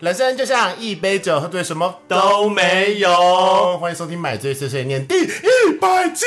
人生就像一杯酒，喝醉什么都都没没有有。欢迎收听《买醉碎碎念》第一百集，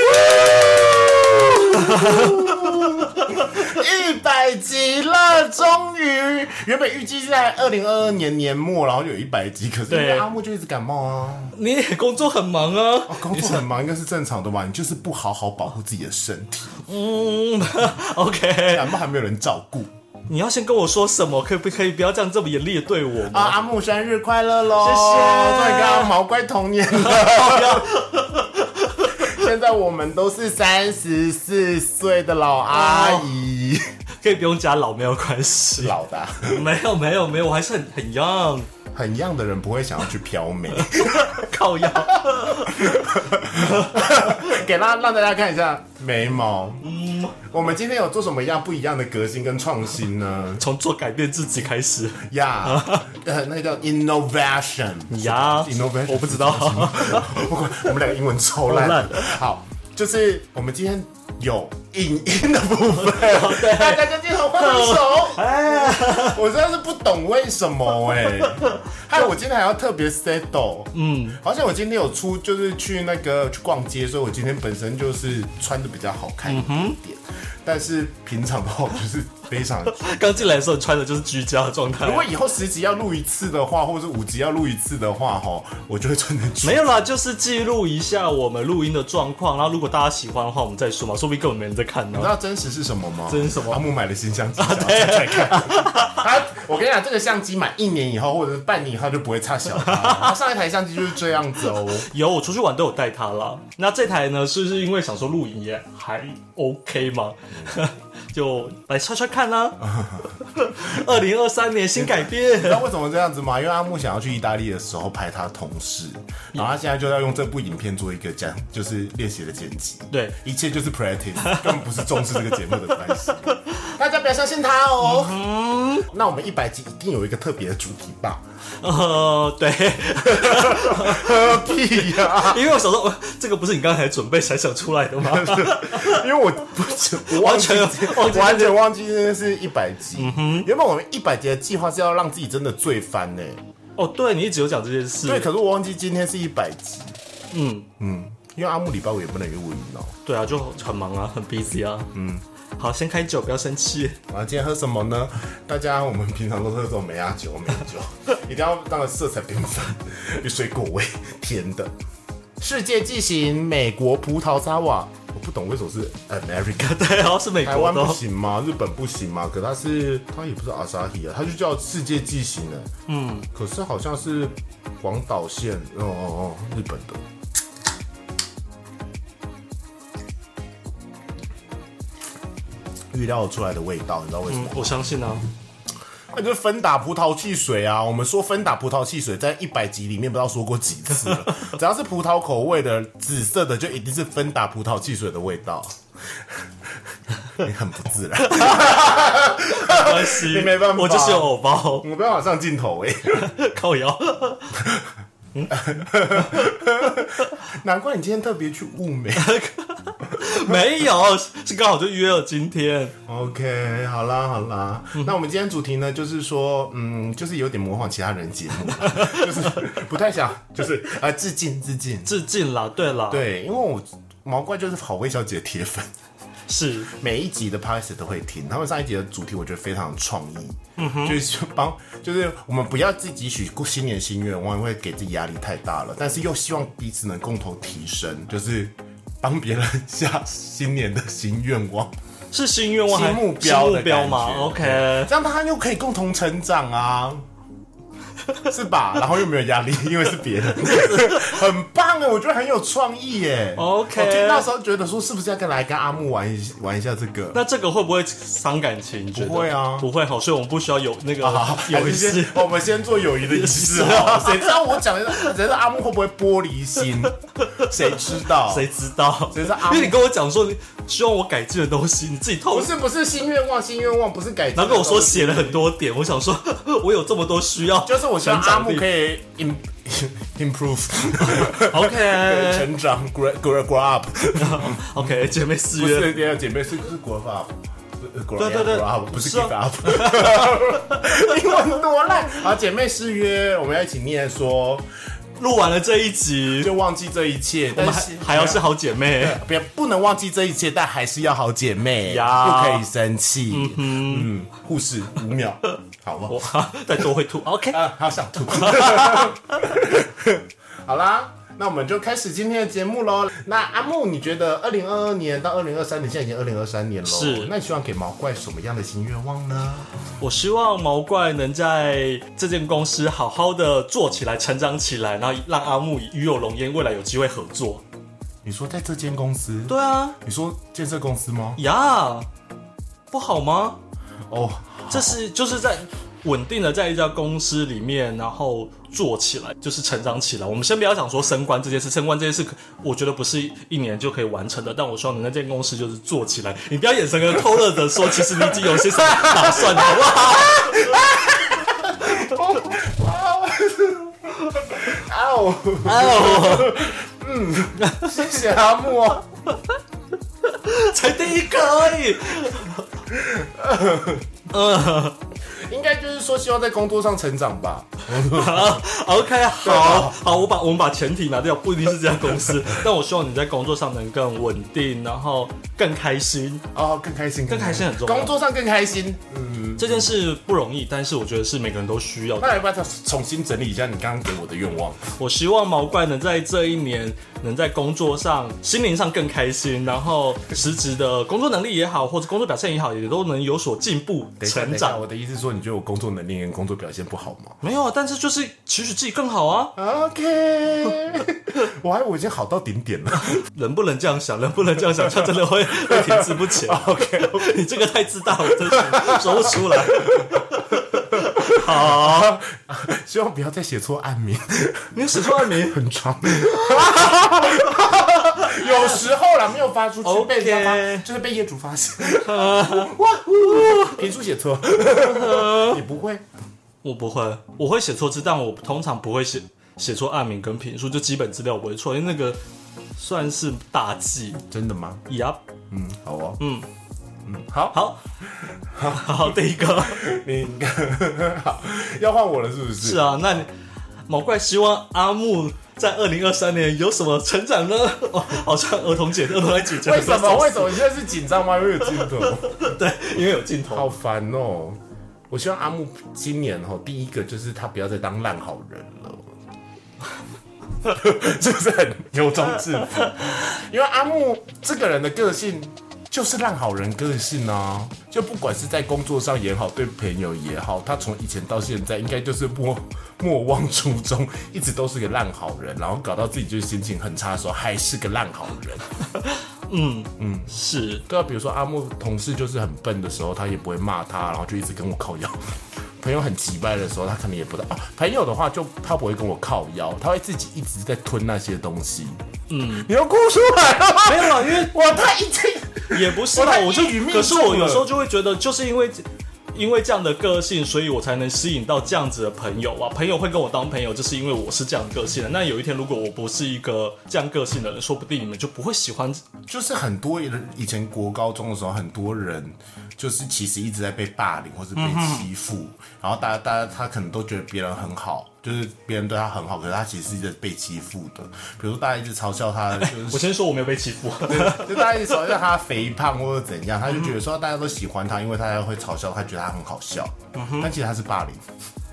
一百集了，终于！原本预计是在二零二二年年末，然后就有一百集，可是因为对阿木就一直感冒啊，你也工作很忙啊。工作很忙应该是正常的吧？你就是不好好保护自己的身体，嗯 ，OK，感冒还没有人照顾你要先跟我说什么？可以不可以不要这样这么严厉的对我啊！吗？阿木生日快乐喽！谢谢终于跟阿毛怪同年了。现在我们都是三十四岁的老阿姨，可以不用加老没有关系。哦 老的啊、没有没有没有，我还是很很 young，很样的人不会想要去飘美，靠腰。 给大家让大家看一下眉毛。嗯，我们今天有做什么样不一样的革新跟创新呢？从做改变自己开始 呀、呃，那个叫 innovation。呀 innovation，我不知道是什 么我我们两个英文超烂。超烂好，就是我们今天有影音的部 分，大家就经常挥挥手。哎，我真的是不懂为什么哎、 还有我今天还要特别 settle，嗯，好像我今天有出就是去那个去逛街，所以我今天本身就是穿的比较好嗯看一点点，但是平常的话我就是非 常。刚进来的时候你穿的就是居家的状态如。果以后十集要录一次的话，或者是五集要录一次的话，哈，我就会穿成没有啦，就是记录一下我们录音的状况，然后如果大家喜欢的话，我们再说嘛，说不定根本没人在看你呢知。道真实是什么啊吗？真实什么阿木买了新相机，想要再再 看。他，我跟你讲，这个相机买一年以后，或者是半年以后就不会差 小他了。他上一台相机就是这样子哦。有，我出去玩都有带它啦。那这台呢，是是因为想说录影也还 OK 吗？嗯 就来刷刷看啦、 二零二三年新改你知 变，道为什么这样子吗？因为阿木想要去意大利的时候拍他同事，然后他现在就要用这部影片做一个讲，就是练习的剪辑。对一切就是 practice，根本不是重视这个节目的关系。 大家不要相信他哦。那我们一百集一定有一个特别的主题吧？呃，对，何必呀、因为我想说，呃这个不是你刚才准备才想出 来的吗？因为我不是我完忘记全忘记完全忘记这是一百集。原本我们一百集的计划是要让自己真的醉翻呢、哦，对你一直有讲这件事，对，可是我忘记今天是一百集。嗯，嗯，因为阿木礼拜五也不能约我哦。对啊，就很忙啊，很 busy 啊，嗯。好，先开酒，不要生气。 然后今天喝什么呢？大家我们平常都喝这种梅亚酒、美酒，一定要让色彩缤纷，有水果味，甜的。世界纪行美国葡萄沙瓦，我不懂为什么是 America。对啊，是美台国湾的不哦，行吗？日本不行吗？可它是它也不是阿萨希啊，它就叫世界纪行呢。嗯，可是好像是广岛县哦哦哦，日本的。预料出来的味道，你知道为什么吗？我相信 啊。那就是芬达葡萄汽水啊！我们说芬达葡萄汽水，在一百集里面不知道说过几次了。只要是葡萄口味的紫色的，就一定是芬达葡萄汽水的味道。 你很不自然，没关系，你没办法我就是有偶包， 我不要往上镜头哎、靠腰。 难怪你今天特别去物美。没有，是刚好就约了今天。 OK，好啦好啦，那我们今天主题呢，就是说，嗯，就是有点模仿其他人节目啦， 就是不太想，就是呃，致敬致敬。致敬啦，对啦，，对，因为我毛怪就是好味小姐的铁粉。是每一集的 p o d c a s t 都会听，他们上一集的主题我觉得非常有创意，嗯哼，就是帮，就是我们不要自己许新年新愿望，会给自己压力太大了，但是又希望彼此能共同提升，就是帮别人下新年的新愿望、是新愿望还新目标新的目标感吗觉？OK，这样大家又可以共同成长 啊。是吧？然后又没有压力，因为是别 人，很棒哎，我觉得很有创意耶。 OK 我听到时候觉得说，是不是要跟来跟阿木玩一玩一下这个？那这个会不会伤感情？你觉得不会啊不会好，所以我们不需要有那个好， 有啊还一是次先，我们先做友谊的仪式 好了。谁知道我讲的是，谁知道阿木会不会玻璃 心？谁知道？谁知道？谁知道阿因为你跟我讲说你希望我改进的东西，你自己偷不。是不是新愿望，新愿望不是改。然后跟我说，写了很多点，我想说， 我有这么多需要，就是我希望阿木可以以 im improve， OK 成长 grow grow grow up， OK 姐妹四不月是第二姐妹是是 grow up。 grow 对对对 up，grow up，不是是啊 give up，英 文多烂。好，姐妹誓约，我们要一起念说，录完了这一集，就忘记这一切，我但们是还还要是好姐妹。别不能忘记这一切，但还是要好姐妹，呀不可以生气。嗯护士五 秒，好吗？哇， 再多会吐。OK，啊，好想 吐。好啦，那我们就开始今天的节目喽。那阿木，你觉得二零二二年到二零二三年，现在已经二零二三年喽，是那你希望给毛怪什么样的新愿望呢？我希望毛怪能在这间公司好好的做起来、成长起来，然后让阿木与有龙烟未来有机会合作。你说在这间公司，对啊，你说建设公司吗？呀，不好吗？ 哦，这是就是在稳定的在一家公司里面，然后做起来，就是成长起来。我们先不要想说升官这件事，升官这件事可，我觉得不是一年就可以完成的。但我希望你那间公司就是做起来，你不要眼神跟偷乐的说，其实你已经有些什么打算了，好不好？啊 哦， 哎呦，谢谢阿木哦。才第一个而已。应该就是说，希望在工作上成长吧。好 OK，好好，我把我们把前提拿掉，不一定是这家公 司，但我希望你在工作上能更稳定，然后更开心。哦，更开心，更开心很重要工作上更开心。嗯，这件事不容易，但是我觉得是每个人都需要的。那要不要再重新整理一下你刚刚给我的愿望？我希望毛怪能在这一年能在工作上、心灵上更开心，然后实质的工作能力也好，或者工作表现也好，也都能有所进步、等一下成等一下长。我的意思是说，你觉得我工作能力跟工作表现不好吗 没有啊，但是就是期许自己更好啊！ ？OK，我还以为我已经好到顶点 了。能不能这样想？能不能这样想？他真的会 会停滞不 前。OK，你这个太自大，我真的说不出来。好，希望不要再写错案名，你使出暗名，很 长。有时候啦，没有发出去 OK 被人家发，就是被业主发 现。哇 呜，评书写错，你不会？ 我不会，我会写错字，但我通常不会写写错暗名跟评述，就基本资料不会错，因为那个算是大忌。真的吗？呀、嗯，好哦。嗯嗯，好。好， 好，第一个 你好，要换我了是不是？是啊，那你毛怪希望阿木在二零二三年有什么成长呢？ 哦，好像儿童节、儿童来解决为什么？为什么？么你 现在是啊紧张吗？因为有镜头， 对，因为有镜头。好烦哦、我希望阿木今年哦，第一个就是他不要再当烂好人了，是不是很由衷自负？因为阿木这个人的个性就是烂好人个性啊，就不管是在工作上也好，对朋友也好，他从以前到现在应该就是莫莫忘初衷，一直都是个烂好人，然后搞到自己就是心情很差的时候，还是个烂好人。是对啊，比如说阿木同事就是很笨的时候，他也不会骂他，然后就一直跟我靠腰。 朋友很急掰的时候，他可能也不知道。哦、朋友的话就他不会跟我靠腰，他会自己一直在吞那些东西。嗯，你要哭出来了吗？没有啊，因为 我太已经也不 是我啦，太我就一语命可是中我有了时候就会觉得，就是因为因为这样的个性，所以我才能吸引到这样子的朋友啊。朋友会跟我当朋友，就是因为我是这样个性的。那有一天如果我不是一个这样个性的人，说不定你们就不会喜欢。就是很多人以前国高中的时候，很多人就是其实一直在被霸凌或是被欺负，然后大家大家他可能都觉得别人很好，就是别人对他很好，可是他其实是一直被欺负的。比如说大家一直嘲笑他， 就是我先说我没有被欺负， 就大家一直嘲笑他肥胖或者怎样，他就觉得说大家都喜欢他，因为大家会嘲笑他，觉得他很好笑。嗯但其实他是霸凌。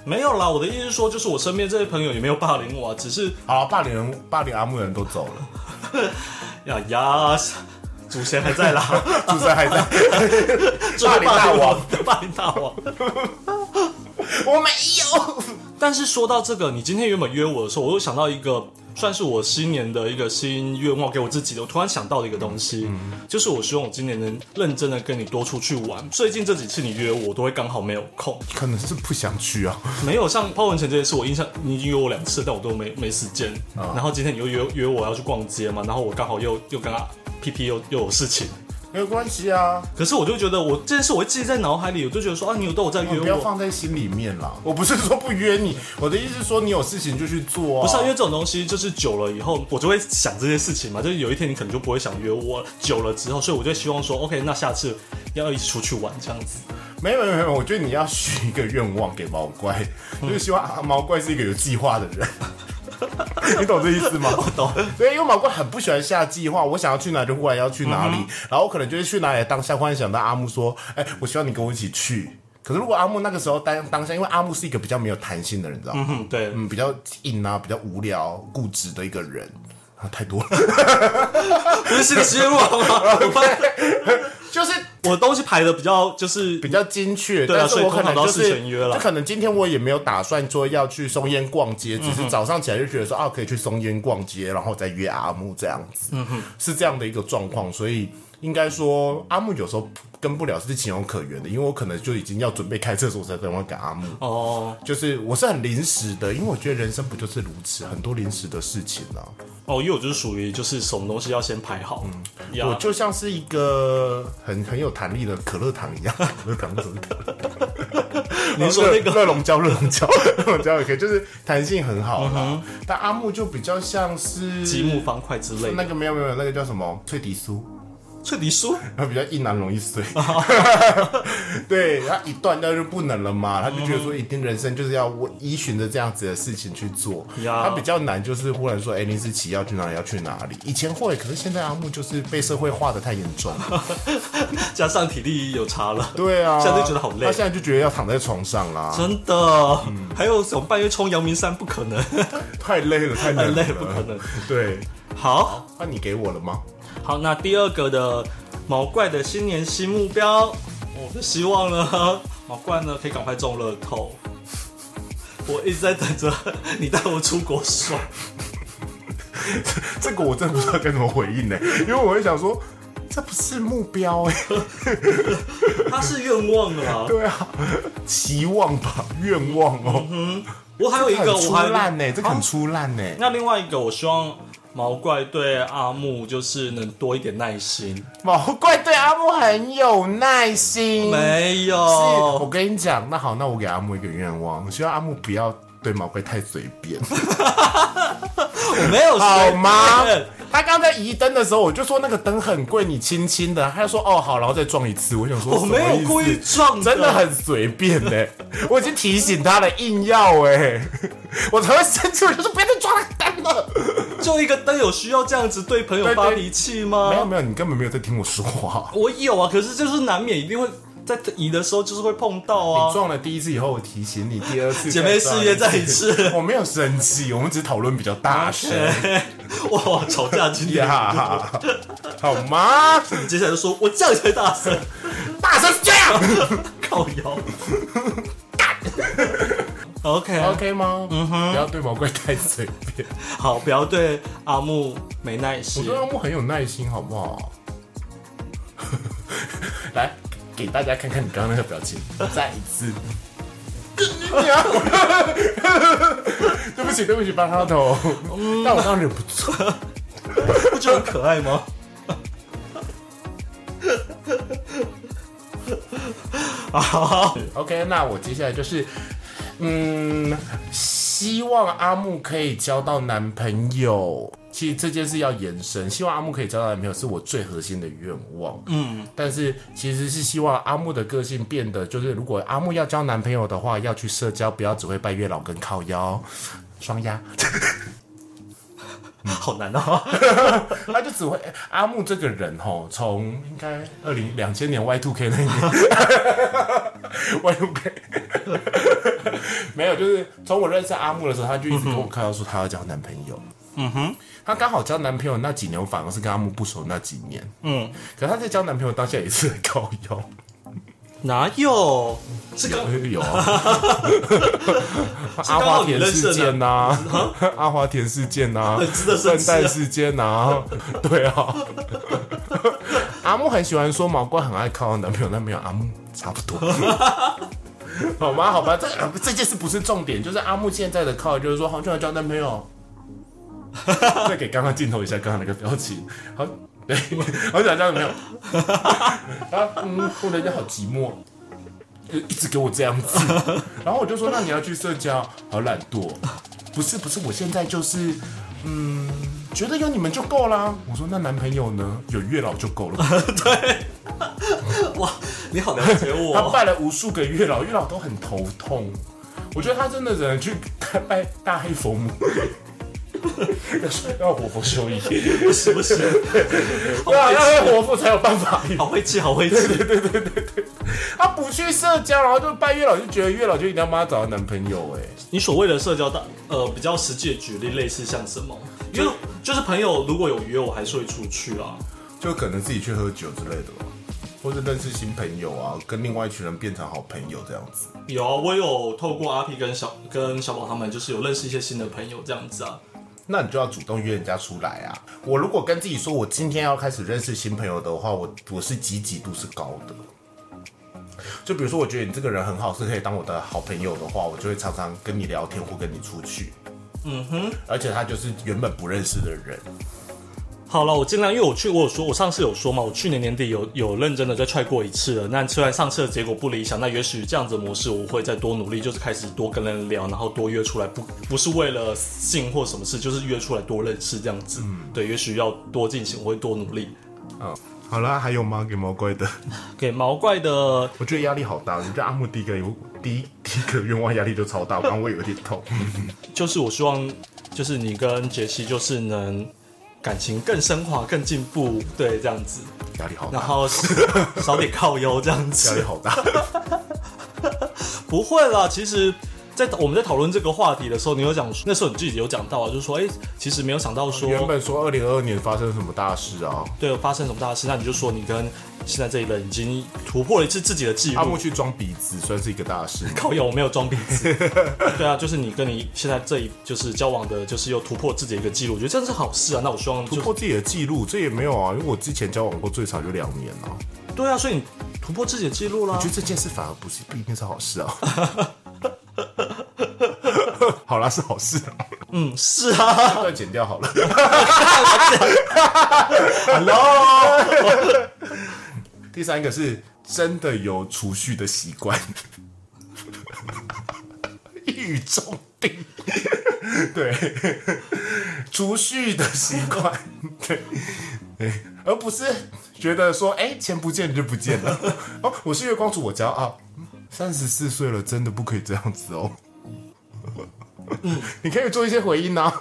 没有啦。我的意思是说，就是我身边这些朋友也没有霸凌我、啊，只是好了，霸凌人、霸凌阿木的人都走了，呀呀，祖先还在啦， 主持人 还在。这霸个凌大我王，霸凌大王。我没有。但是说到这个，你今天原本约我的时候，我又想到一个算是我新年的一个新愿望给我自己的。我突然想到的一个东西，嗯就是我希望我今年能认真的跟你多出去玩。最近这几次你约我，我都会刚好没有空，可能是不想去啊。没有像抛文前这件事，我印象你已经约我两次，但我都没没时间。啊然后今天你又约约我要去逛街嘛，然后我刚好又又跟他 P P 又又有事情，没有关系啊，可是我就觉得我这件事我会记在脑海里，我就觉得说啊，你有都有在你约哦不要我。放在心里面啦。我不是说不约你，我的意思是说你有事情就去做啊。不是、啊，因为这种东西就是久了以后，我就会想这些事情嘛。就是有一天你可能就不会想约我了，久了之后，所以我就希望说，OK，那下次要一起出去玩这样子。没有没有没有，我觉得你要许一个愿望给毛怪，就是希望啊毛怪是一个有计划的 人。你懂这意思吗？我懂。对，因为毛怪很不喜欢下计划，我想要去哪就忽然要去哪里，然后我可能就是去哪里当下，忽然想到阿木说：“哎、我希望你跟我一起去。”可是如果阿木那个时候当当下，因为阿木是一个比较没有弹性的人，你知道吗？嗯，对，嗯，比较硬啊，比较无聊、固执的一个人啊，太 多了。不是是个希望吗？ 我发现就是我的东西排的比较就是比较精确，对啊但是所以我可通常能就都是是全约啦就可能今天我也没有打算说要去松烟逛街，只嗯是早上起来就觉得说啊，可以去松烟逛街，然后再约阿木这样子，嗯是这样的一个状况，所以应该说阿木有时候跟不了是情有可原的，因为我可能就已经要准备开厕所才等会赶阿木，哦就是我是很临时的，因为我觉得人生不就是如此，很多临时的事情啊。哦，因为我就是属于就是什么东西要先排好，呀嗯我就像是一个很很有弹力的可乐糖一样，可乐糖什么可乐糖？你说那个哦热热熔胶，热熔胶， 热熔胶也可以，就是弹性很好啦。但阿木就比较像是嗯积木方块之类那的。个没有没有那个叫什么脆皮酥，翠迪酥它比较硬朗，容易碎。哦 对，它一断掉就不能了嘛，他就觉得嗯说，一定人生就是要我依循着这样子的事情去做。呀他比较难，就是忽然说，哎，林思琪要去哪里，要去哪里。以前会，可是现在阿木就是被社会化的太严重了。加上体力有差了，对啊， 现在就觉得好累他现在就觉得要躺在床上啦，真的。嗯还有什么半夜冲阳明山不可能，太累了，太累了， 很累不可能。对，好，那、你给我了吗？好，那第二个的毛怪的新年新目标，我就希望呢， 毛怪呢可以赶快中乐透。我一直在等着你带我出国耍，这个我真的不知道该怎么回应呢、因为我会想说，这不是目标哎、他是愿望 啦。对啊，期望吧，愿望哦、我还有一这个，很我出还烂欸呢、这个很啊出烂呢、欸那另外一个，我希望毛怪对阿木就是能多一点耐心。毛怪对阿木很有耐心，没是我有，跟你讲，那好，那我给阿木一个愿望，我希望阿木不要对毛怪太随 便。我没有 好哎吗随便？他刚在移灯的时候，我就说那个灯很贵，你轻轻的。他就说哦好，然后再撞一次。我想说我没什么意有思故意撞真的很随便呢、我已经提醒他了，硬要哎、我才会生气。我就说不要再撞那个灯了。就一个灯有需要这样子对朋友对发对脾气吗？没有没有，你根本没有在听我说话。我有啊，可是就是难免一定会在移的时候就是会碰到你啊。撞了第一次以后，我提醒你第二次。姐妹事业再一次，我没有生气，我们只是讨论比较大声 哇，吵架今 天呀，好吗？你接下来就说我这样才大 声，大声是这样靠腰。OK，, ，OK 吗？嗯哼，不要对毛怪太随便。好，不要对阿木没耐心我。对阿木很有耐心，好不好？ 来，给大家看看你刚刚那个表情，再一次。 对不起，对不起，八号头，嗯但我刚刚忍不住。不觉得很可爱吗？ 好， OK，那我接下来就是，嗯，希望阿木可以交到男朋友。其实这件事要延伸，希望阿木可以交到男朋友是我最核心的愿望。嗯，但是其实是希望阿木的个性变得，就是如果阿木要交男朋友的话，要去社交，不要只会拜月老跟靠腰。双鸭，好难啊！嗯他就只会阿木这个人吼，从应该二零两千年 Y two K 那一年 ，Y two K 没有，就是从我认识阿木的时候，他就一直跟我开玩笑说他要交男朋友。嗯哼，他刚好交男朋友那几年，我反而是跟阿木不熟那几年。嗯，可他在交男朋友当下也是很高腰，哪有？是刚有啊，阿刚华好你田认识的啊事件呐、阿华田事件 呐、很值得生 笨气啊蛋事件呐，对啊。阿木很喜欢说毛怪很爱靠她男朋友，但没有阿木差不多。 好吗？好吧，这呃这件事不是重点，就是阿木现在的靠就是说好久没有交男朋友。 再给刚刚镜头一下刚刚那个表情，好， 对，好想交男朋友。 啊，嗯，我人家好寂寞，就一直给我这样子。然后我就说，那你要去社交，好懒惰。不是不是，我现在就是，嗯，觉得有你们就够啦。我说那男朋友呢？有月老就够了。哇，你好了解他 我。拜了无数个月老，月老都很头痛。我觉得他真的只能去拜大黑佛母，要活佛修一， 对不是不是，啊，要活佛才有办法。 好会气，好会气。他不去社交，然后就拜月老，就觉得月老就一定要帮他找到男朋友、哎，你所谓的社交大，呃，比较实际的举例，类似像什么？就是就是朋友如果有约，我还是会出去啊。就可能自己去喝酒之类的吧，或者认识新朋友啊，跟另外一群人变成好朋友这样子。有啊，我有透过阿 P 跟小跟小宝他们，就是有认识一些新的朋友这样子啊。那你就要主动约人家出来啊！我如果跟自己说我今天要开始认识新朋友的话，我我是积极度是高的。就比如说，我觉得你这个人很好，是可以当我的好朋友的话，我就会常常跟你聊天或跟你出去。嗯哼，而且他就是原本不认识的人，好了，我尽量，因为我去，我有说，我上次有说嘛，我去年年底有有认真的再踹过一次了。那虽然上次的结果不理想，那也许这样子的模式我会再多努力，就是开始多跟人聊，然后多约出来，不不是为了性或什么事，就是约出来多认识这样子。对，也许要多进行，我会多努力。嗯。好啦，还有吗？给毛怪的，给毛怪的我觉得压力好大。你知道阿木第一个有第一第一个愿望压力就超大，我刚我有点痛。就是我希望，就是你跟杰西就是能感情更升华、更进步，对，这样子，压力好然大，后 少点靠腰这样压力子。好大。不会啦，其实在我们在讨论这个话题的时候，你有讲，那时候你自己有讲到啊，就是说，哎、其实没有想到说，啊原本说二零二二年发生什么大事啊？对发生什么大事，那你就说你跟现在这一人已经突破了一次自己的记阿录木。去装鼻子算是一个大事吗。靠腰，我没有装鼻子。 对啊，就是你跟你现在这一就是交往的，就是又突破自己的一个记录，我觉得这样是好事啊。那我希望就突破自己的记录，这也没有啊，因为我之前交往过最少就两年啊。对啊，所以你突破自己的记录啦我觉。得这件事反而不是不一定是好事 啊。好啦，是好事啊，嗯，是啊。这段剪掉好了。 Hello， 第三个是真的有储蓄的习惯，一语中的。对，储蓄的习惯，对，对而不是觉得说，哎、钱不见了就不见了。哦，我是月光族，我骄傲。三十四岁了，真的不可以这样子哦。 你可以做一些回应啊，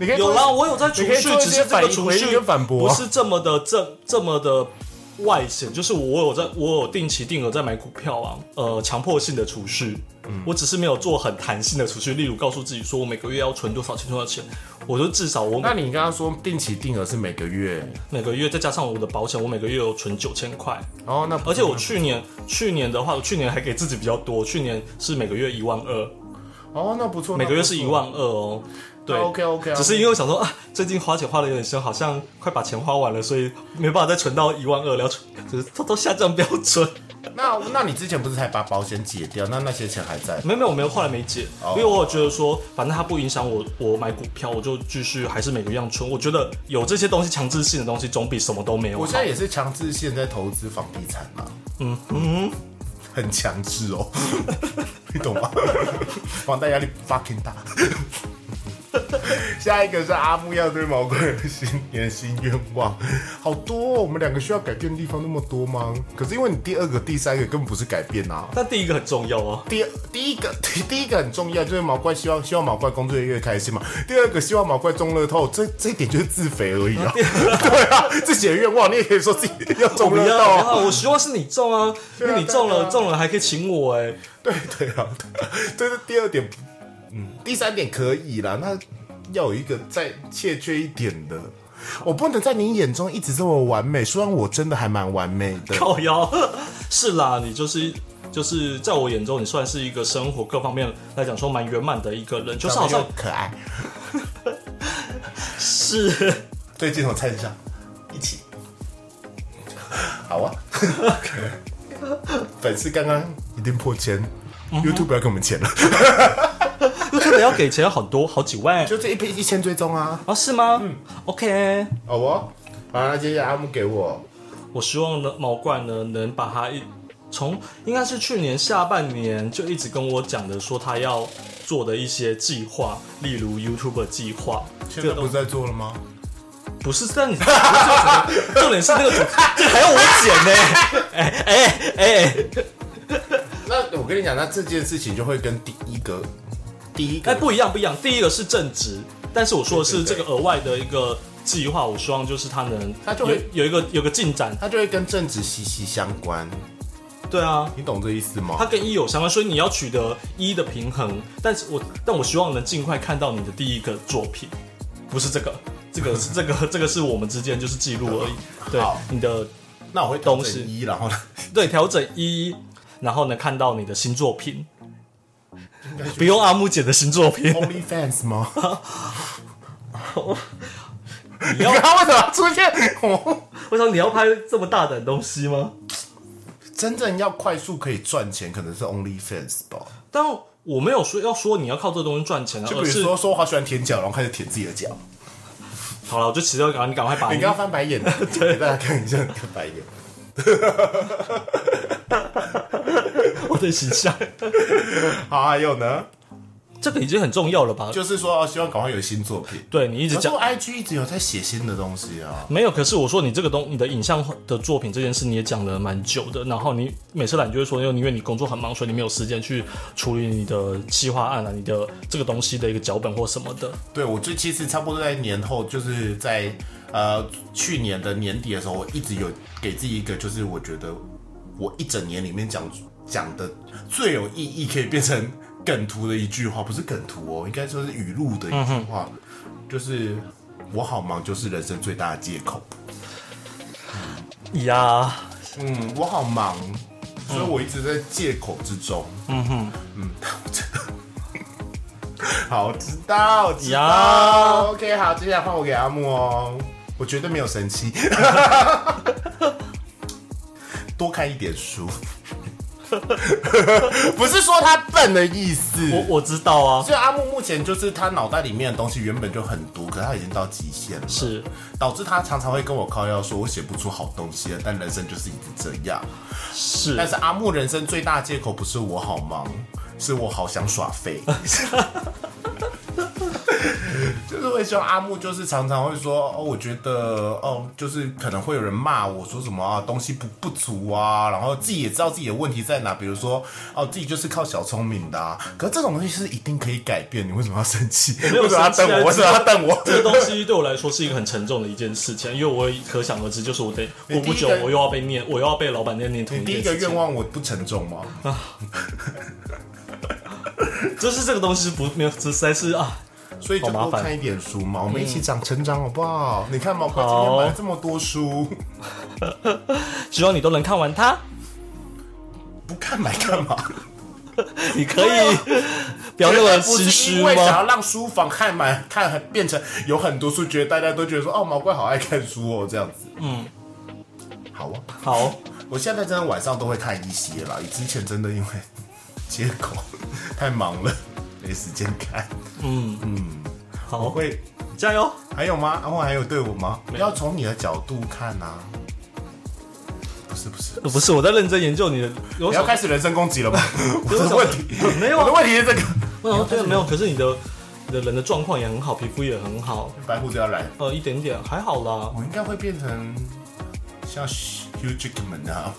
你可以做嗯有啦，我有在储你可以蓄做，一只些是这反个应储回应蓄跟反驳啊不是这么的这这么的外显，就是我有在我有定期定额在买股票啊，呃，强迫性的储蓄。嗯我只是没有做很弹性的储蓄，例如告诉自己说我每个月要存多少钱多少钱，我就至少我每那你刚刚说定期定额是每个月，每个月再加上我的保险，我每个月有存九千块，哦，那不而且我去年去年的话，我去年还给自己比较多，去年是每个月一万二，哦，那不错，每个月是一一万二哦。对 OK OK，只是因为我想说啊，最近花钱花的有点凶，好像快把钱花完了，所以没办法再存到一万二了，要存就是偷偷下降标 准。那那你之前不是才把保险解掉？那那些钱还在？没有没有，我没有后来没解，哦因为我有觉得说，反正它不影响我我买股票，我就继续还是每个样存。我觉得有这些东西强制性的东西，总比什么都没有我好现。在也是强制性在投资房地产嘛。嗯嗯，很强制哦， 你懂吗？ 房贷压力 fucking 大。下一个是阿木要对毛怪的新年新愿望，好多、哦。我们两个需要改变的地方那么多吗？可是因为你第二个、第三个根本不是改变啊。但第一个很重要哦，第第一个 第第一个很重要，就是毛怪希望希望毛怪工作越来越开心嘛。第二个希望毛怪中乐透，这这一点就是自肥而已 啊。对啊，自己的愿望你也可以说自己要中不乐要透啊。啊！我希望是你中 啊，因啊为你中对了，啊中了还可以请我哎、对对啊，这是第二点。嗯，第三点可以啦，那要有一个再欠缺一点的。我不能在你眼中一直这么完美，虽然我真的还蛮完美的。靠腰， 是啦，你就是就是在我眼中，你算是一个生活各方面来讲说蛮圆满的一个人，就是好像又可爱。 是对镜头看一下，一 起。好啊， 粉丝刚刚一定破千、y o u t u b e 不要给我们钱了，特别要给钱很多好几万就这一批一千追踪啊，啊，是吗？嗯，OK，好哦，好，那接下来阿木给我，我希望呢毛怪呢能把他一从应该是去年下半年就一直跟我讲的说他要做的一些计划，例如 YouTube 计划，现在不是在做了吗？ 不是，但你不是重点重点是那个主，这还要我剪呢、哎哎哎，那我跟你讲，那这件事情就会跟第一个第一哎个不一样不一样。第一个是正职，但是我说的是对这对对个额外的一个计划，我希望就是他能他就会有有一个有个进展。它就会跟政治息息相关，对啊，你懂这意思吗它？跟一有相关，所以你要取得一的平衡。但是我但我希望能尽快看到你的第一个作品，不是这个，这个是这个这个是我们之间就是记录而已。对好，你的那我会调东西整一，然后 呢，对调整一，然后呢看到你的新作品，不用阿木姐的新作品， Only Fans 吗？ 你要 你看为什么出现？我我想你要拍这么大胆的东西吗？真正要快速可以赚钱，可能是 Only Fans 吧。但我没有说要说你要靠这个东西赚钱啊，就而比是如说，说我好喜欢舔脚，然后开始舔自己的脚。好了，我就骑到赶你赶快把你 啊你刚刚翻白眼了，给大家看一下，你翻白眼。我的形象，好，还有呢，这个已经很重要了吧？就是说哦希望赶快有新作品。对你一直可是讲我 IG 一直有在写新的东西啊。没有，可是我说你这个东，你的影像的作品这件事，你也讲了蛮久的。然后你每次来，你就会说，因为因为你工作很忙，所以你没有时间去处理你的企划案啊，你的这个东西的一个脚本或什么的。对，我就其实差不多在年后，就是在呃去年的年底的时候，我一直有给自己一个，就是我觉得我一整年里面讲讲的最有意义，可以变成梗图的一句话，不是梗图哦，应该说是语录的一句话，就是我好忙，就是人生最大的借口。呀，嗯，我好忙，所嗯以我一直在借口之中。嗯 哼，嗯，好知道，我知呀道。OK，好，接下来换我给阿木哦，我绝对没有生气。 多看一点书， 不是说他笨的意思。我我知道啊，所以阿木目前就是他脑袋里面的东西原本就很多，可是他已经到极限了。是导致他常常会跟我靠腰说，我写不出好东西了，但人生就是一直这样。是但是阿木人生最大的借口不是我好忙，是我好想耍废。 就是会希望阿木，就是常常会说哦，我觉得哦，就是可能会有人骂我说什么啊，东西不不足啊，然后自己也知道自己的问题在哪，比如说哦，自己就是靠小聪明的啊。可是这种东西是一定可以改变，你为什么要生气？没有为什么要瞪生气啊我？为什么要瞪我？这个东西对我来说是一个很沉重的一件事情，因为我也可想而知，就是我得你第一过不久个我又要被念，我又要被老板念念同你一第件一个事愿情。望我不沉重吗？就是这个东西不没有，这实在是啊，所以就好麻多烦嗯看一点书嘛，我们一起长成长好不好？ 你看嘛，我今天买了这么多书， 希望你都能看完它。不看买干嘛？你可以啊 不 要那么心虚因为想吗？要让书房看满看变成有很多书，觉得大家都觉得说哦，毛怪好爱看书哦，这样子。嗯，好啊，好，我现在真的晚上都会看一些啦，之前真的因为借口 太忙了，没时间看。我嗯好，会加油！还有吗？然后还有对我吗？哦没有要从你的角度看啊。不是不是，不是我在认真研究你的，你我要想开始人身攻击了吗？ 我我的想问题， 没有我 的啊，问题是这个。没有啊对啊，没有。可是你的你的人的状况也很好，皮肤也很好，白胡子要来，哦呃，一点点还好啦。我应该会变成像 Hugh Jackman 啊，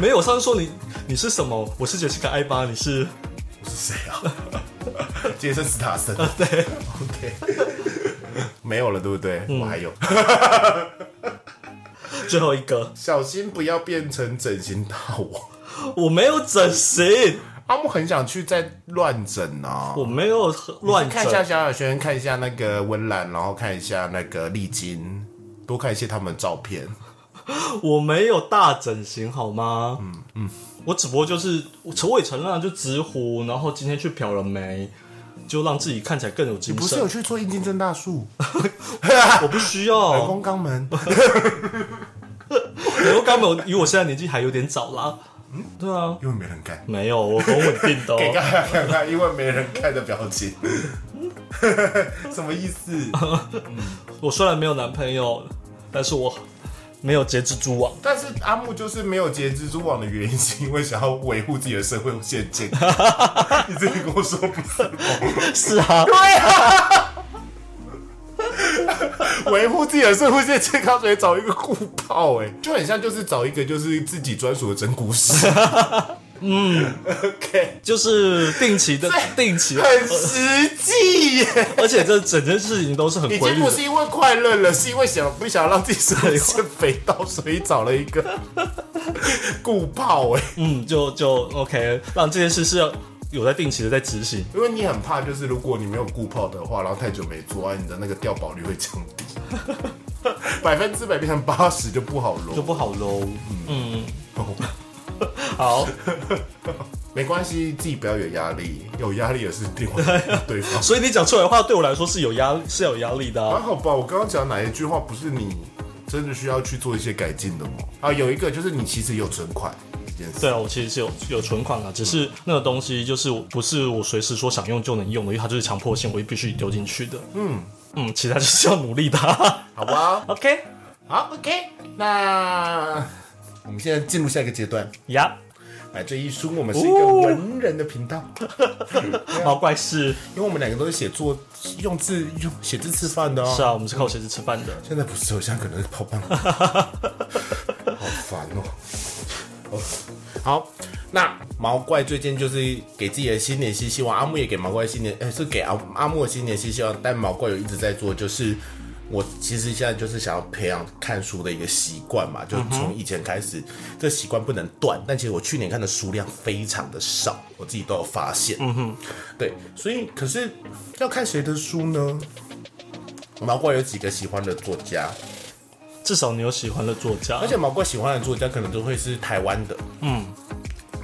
没有，我上次说你你是什么？我是杰西卡艾巴，你是我 是谁 啊？杰森斯塔森。啊对，OK，没嗯有了，对不对？我还有，最后一个。小心不要变成整形大王。我没有整形，阿木很想去再乱整啊。我没有乱看一下整。萧亚轩，看一下那个温岚，然后看一下那个丽晶，多看一些他们的照片。我没有大整形好吗？嗯嗯，我只不过就是我我也承认啊，就直胡，然后今天去漂了眉，就让自己看起来更有精神。不是有去做阴茎增大 术、我不需人要，工肛门？人工肛门以我现在年纪还有点早啦。嗯，对啊，因为没人干。没有，我很稳定的、 给大哦。家看看，因为没人看的表情， 什么意思？我虽然没有男朋友，但是我没有截蜘 蛛网。但是阿木就是没有截蜘蛛网的原因，是因为想要维护自己的社会现境。你自己跟我啊说不是吗？是啊， 维护自己的生活线健康，所以找一个顾炮、哎，就很像就是找一个就是自己专属的整蛊师。嗯，OK，就是定期 的定期的，啊很实际耶，而且这整件事情都是很已规律经不的。是因为快乐了，是因为想不想让自己生 活线肥到，所以找了一个 顾炮、哎，嗯，就就 OK，让这件事是要有在定期的在执行。因为你很怕就是如果你没有顾炮的话，然后太久没做啊爱，你的那个掉保率会降低，百分之百变成八十就不好就咯。不好喽。嗯， 好，没关系，自己不要有压力，有压力也是另外一对 方。所以你讲出来的话对我来说是有压，是有压力的啊、还好吧，我刚刚讲哪一句话不是你真的需要去做一些改进的吗？啊，有一个就是你其实有存款这件事。对啊，我其实是有有存款啊的，只嗯是那个东西就是我不是我随时说想用就能用的，因为它就是强迫性，我就必须丢进去的。嗯嗯，其他就是要努力的。啊好啊吧， OK，好，OK，那 我们现在进入下一个阶段。呀、来这一书，我们是一个文人的频道，啊毛怪事因为我们两个都是写作、用字、用写字吃饭的哦。是啊，我们是靠鞋子吃饭的。现在不是，我现在可能是泡饭， 好烦哦。哦好，那毛怪最近就是给自己的新年新希望，阿木也给毛怪新年，哎、是给阿阿木的新年新希望，但毛怪有一直在做，就是我其实现在就是想要培养看书的一个习惯嘛，就从以前开始，这习惯不能断。但其实我去年看的书量非常的少，我自己都有发现。嗯哼，对，所以可是要看谁的书呢？毛怪有几个喜欢的作家，至少你有喜欢的作家而，且毛怪喜欢的作家可能都会是台湾的，嗯，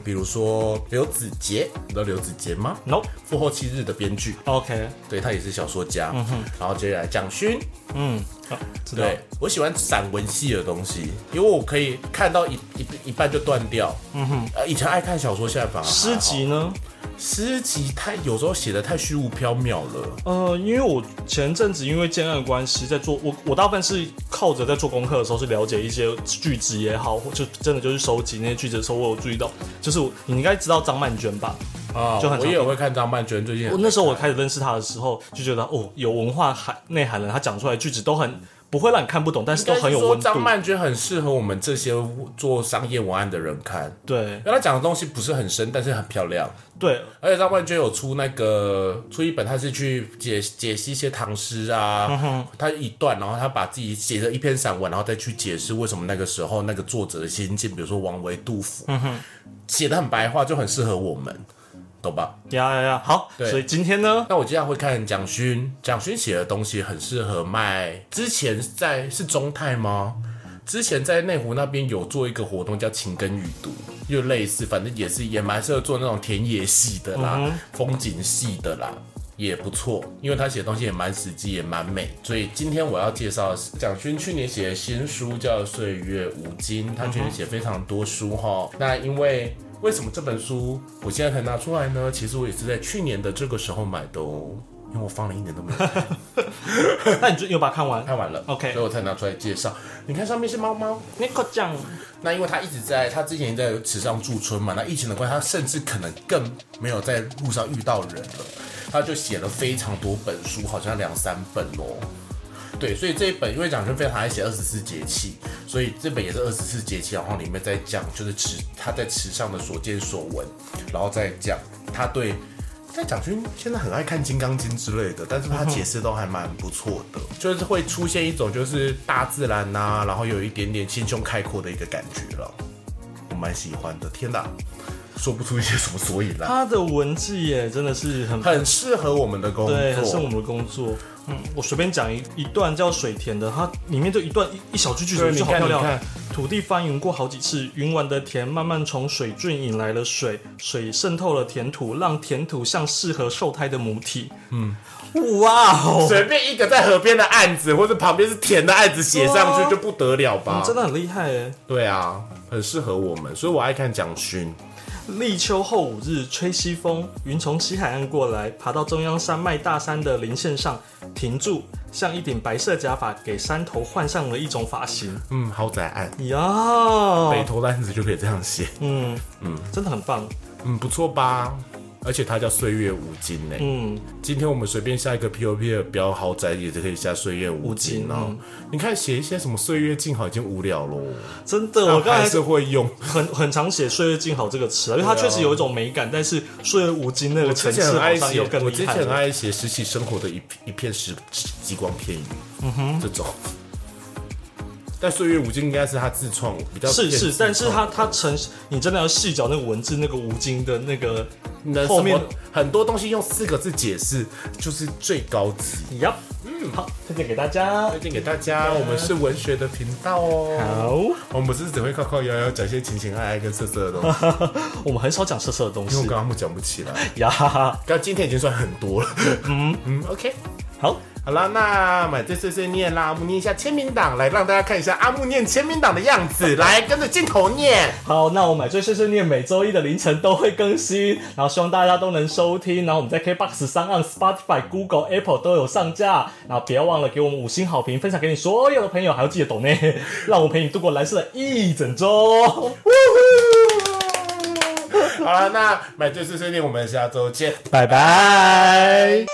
比如说刘子杰，你知道刘子杰吗？ No 复后七日的编剧， OK，对他也是小说家，嗯哼，然后接下来蒋勋，嗯，好知道。对我喜欢散文系的东西，因为我可以看到一一一半就断掉，嗯哼，呃，以前爱看小说，现在反而还好诗集呢？诗集太有时候写的太虚无缥缈了，呃，因为我前阵子因为建案的关系，在做我我大部分是靠着在做功课的时候是了解一些句子也好，或就真的就是收集那些句子的时候，我有注意到，就是我你应该知道张曼娟吧？啊，哦就很我常也会看张曼娟最近我，那时候我开始认识她的时候，就觉得哦，有文化含内涵的，她讲出来的句子都很不会让你看不懂，但是都很有应该温是度说。张曼娟很适合我们这些做商业文案的人看。对因为他讲的东西不是很深，但是很漂亮。对，而且张曼娟有出那个出一本，他是去解解析一些唐诗啊，他一段，然后他把自己写的一篇散文，然后再去解释为什么那个时候那个作者的心境，比如说王维、杜甫，写的很白话，就很适合我们，懂吧？呀呀呀，好，对所以今天呢，那我接下来会看蒋勋，蒋勋写的东西很适合卖。之前在是中泰吗？之前在内湖那边有做一个活动叫“情根雨读”，又类似，反正也是也蛮适合做那种田野系的啦、风景系的啦，也不错。因为他写的东西也蛮实际，也蛮美。所以今天我要介绍的是蒋勋去年写的新书叫《岁月无尽》，他去年写非常多书哈。那因为为什么这本书我现在才拿出来呢？其实我也是在去年的这个时候买的哦，因为我放了一年都没有看那你就有把它看完 看完了 OK 所以我才拿出来介绍。你看上面是猫猫， n i c o 酱那因为他一直在，他之前在池上驻村嘛，那疫情的关系，他甚至可能更没有在路上遇到人了，他就写了非常多本书，好像两三本哦。对，所以这一本因为蒋勋非常爱写二十四节气，所以这本也是二十四节气，然后里面在讲就是池他在池上的所见所闻，然后再讲他对。但蒋勋现在很爱看《金刚经》之类的，但是嗯他解释都还蛮不错的，就是会出现一种就是大自然呐、然后有一点点心胸开阔的一个感觉了，我蛮喜欢的。天哪，说不出一些什么所以然，她的文字也真的是很很适合我们的工对，很是作。我们的工作。嗯，我随便讲一一段叫水田的，它里面就一段一一小句句子对就你好看漂你亮看。土地翻云过好几次，云晚的田慢慢从水圳引来了水，水渗透了田土，让田土像适合受胎的母体。嗯，哇哦，随便一个在河边的案子，或者旁边是田的案子写上对啊嗯去就不得了吧？真的很厉害诶。对啊，很适合我们，所以我爱看蒋勋。立秋后五日，吹西风，云从西海岸过来，爬到中央山脉大山的林线上停住，像一顶白色假发给山头换上了一种发型。嗯，豪宅案，呀，北投的案子就可以这样写，嗯，嗯，真的很棒。嗯，不错吧？而且它叫岁月无尽呢、嗯，今天我们随便下一个 POP 的标豪宅，也是可以下岁月无尽哦。嗯你看写一些什么岁月静好已经无聊喽，真的，我我刚还才是会用。很很常写“岁月静好”这个词啊，因为它确实有一种美感，但是“岁月无尽”那个我之层前次很好爱像写又，更我厉之害前很了。爱写拾起生活的一一片时极光片语，嗯哼，这种。但岁月无尽应该是他自创，比较是偏是，自但是创它它呈你真的要细嚼那个文字，那个无尽的那个那后面什么很多东西用四个字解释就是最高级。呀，嗯，好，推荐给大家。推荐给大家，我们是文学的频道哦，好，我们不是只会靠靠摇摇讲一些情情爱爱跟色色的 东西，我们很少讲色色的东因为我西跟阿木讲不起来。呀，哈哈。但今天已经算很多了。嗯嗯，OK，好，好了，那买醉碎碎念啦，阿木念一下签名档，来让大家看一下阿木念签名档的样子，来跟着镜头念。好，那我买醉碎碎念每周一的凌晨都会更新，然后希望大家都能收听，然后我们在 KBox 上、岸、Spotify、Google、Apple 都有上架，然后别忘了给我们五星好评，分享给你所有的朋友，还要记得抖内， 让我陪你度过蓝色的一整周。好了，那买醉碎碎念，我们下周见。拜拜。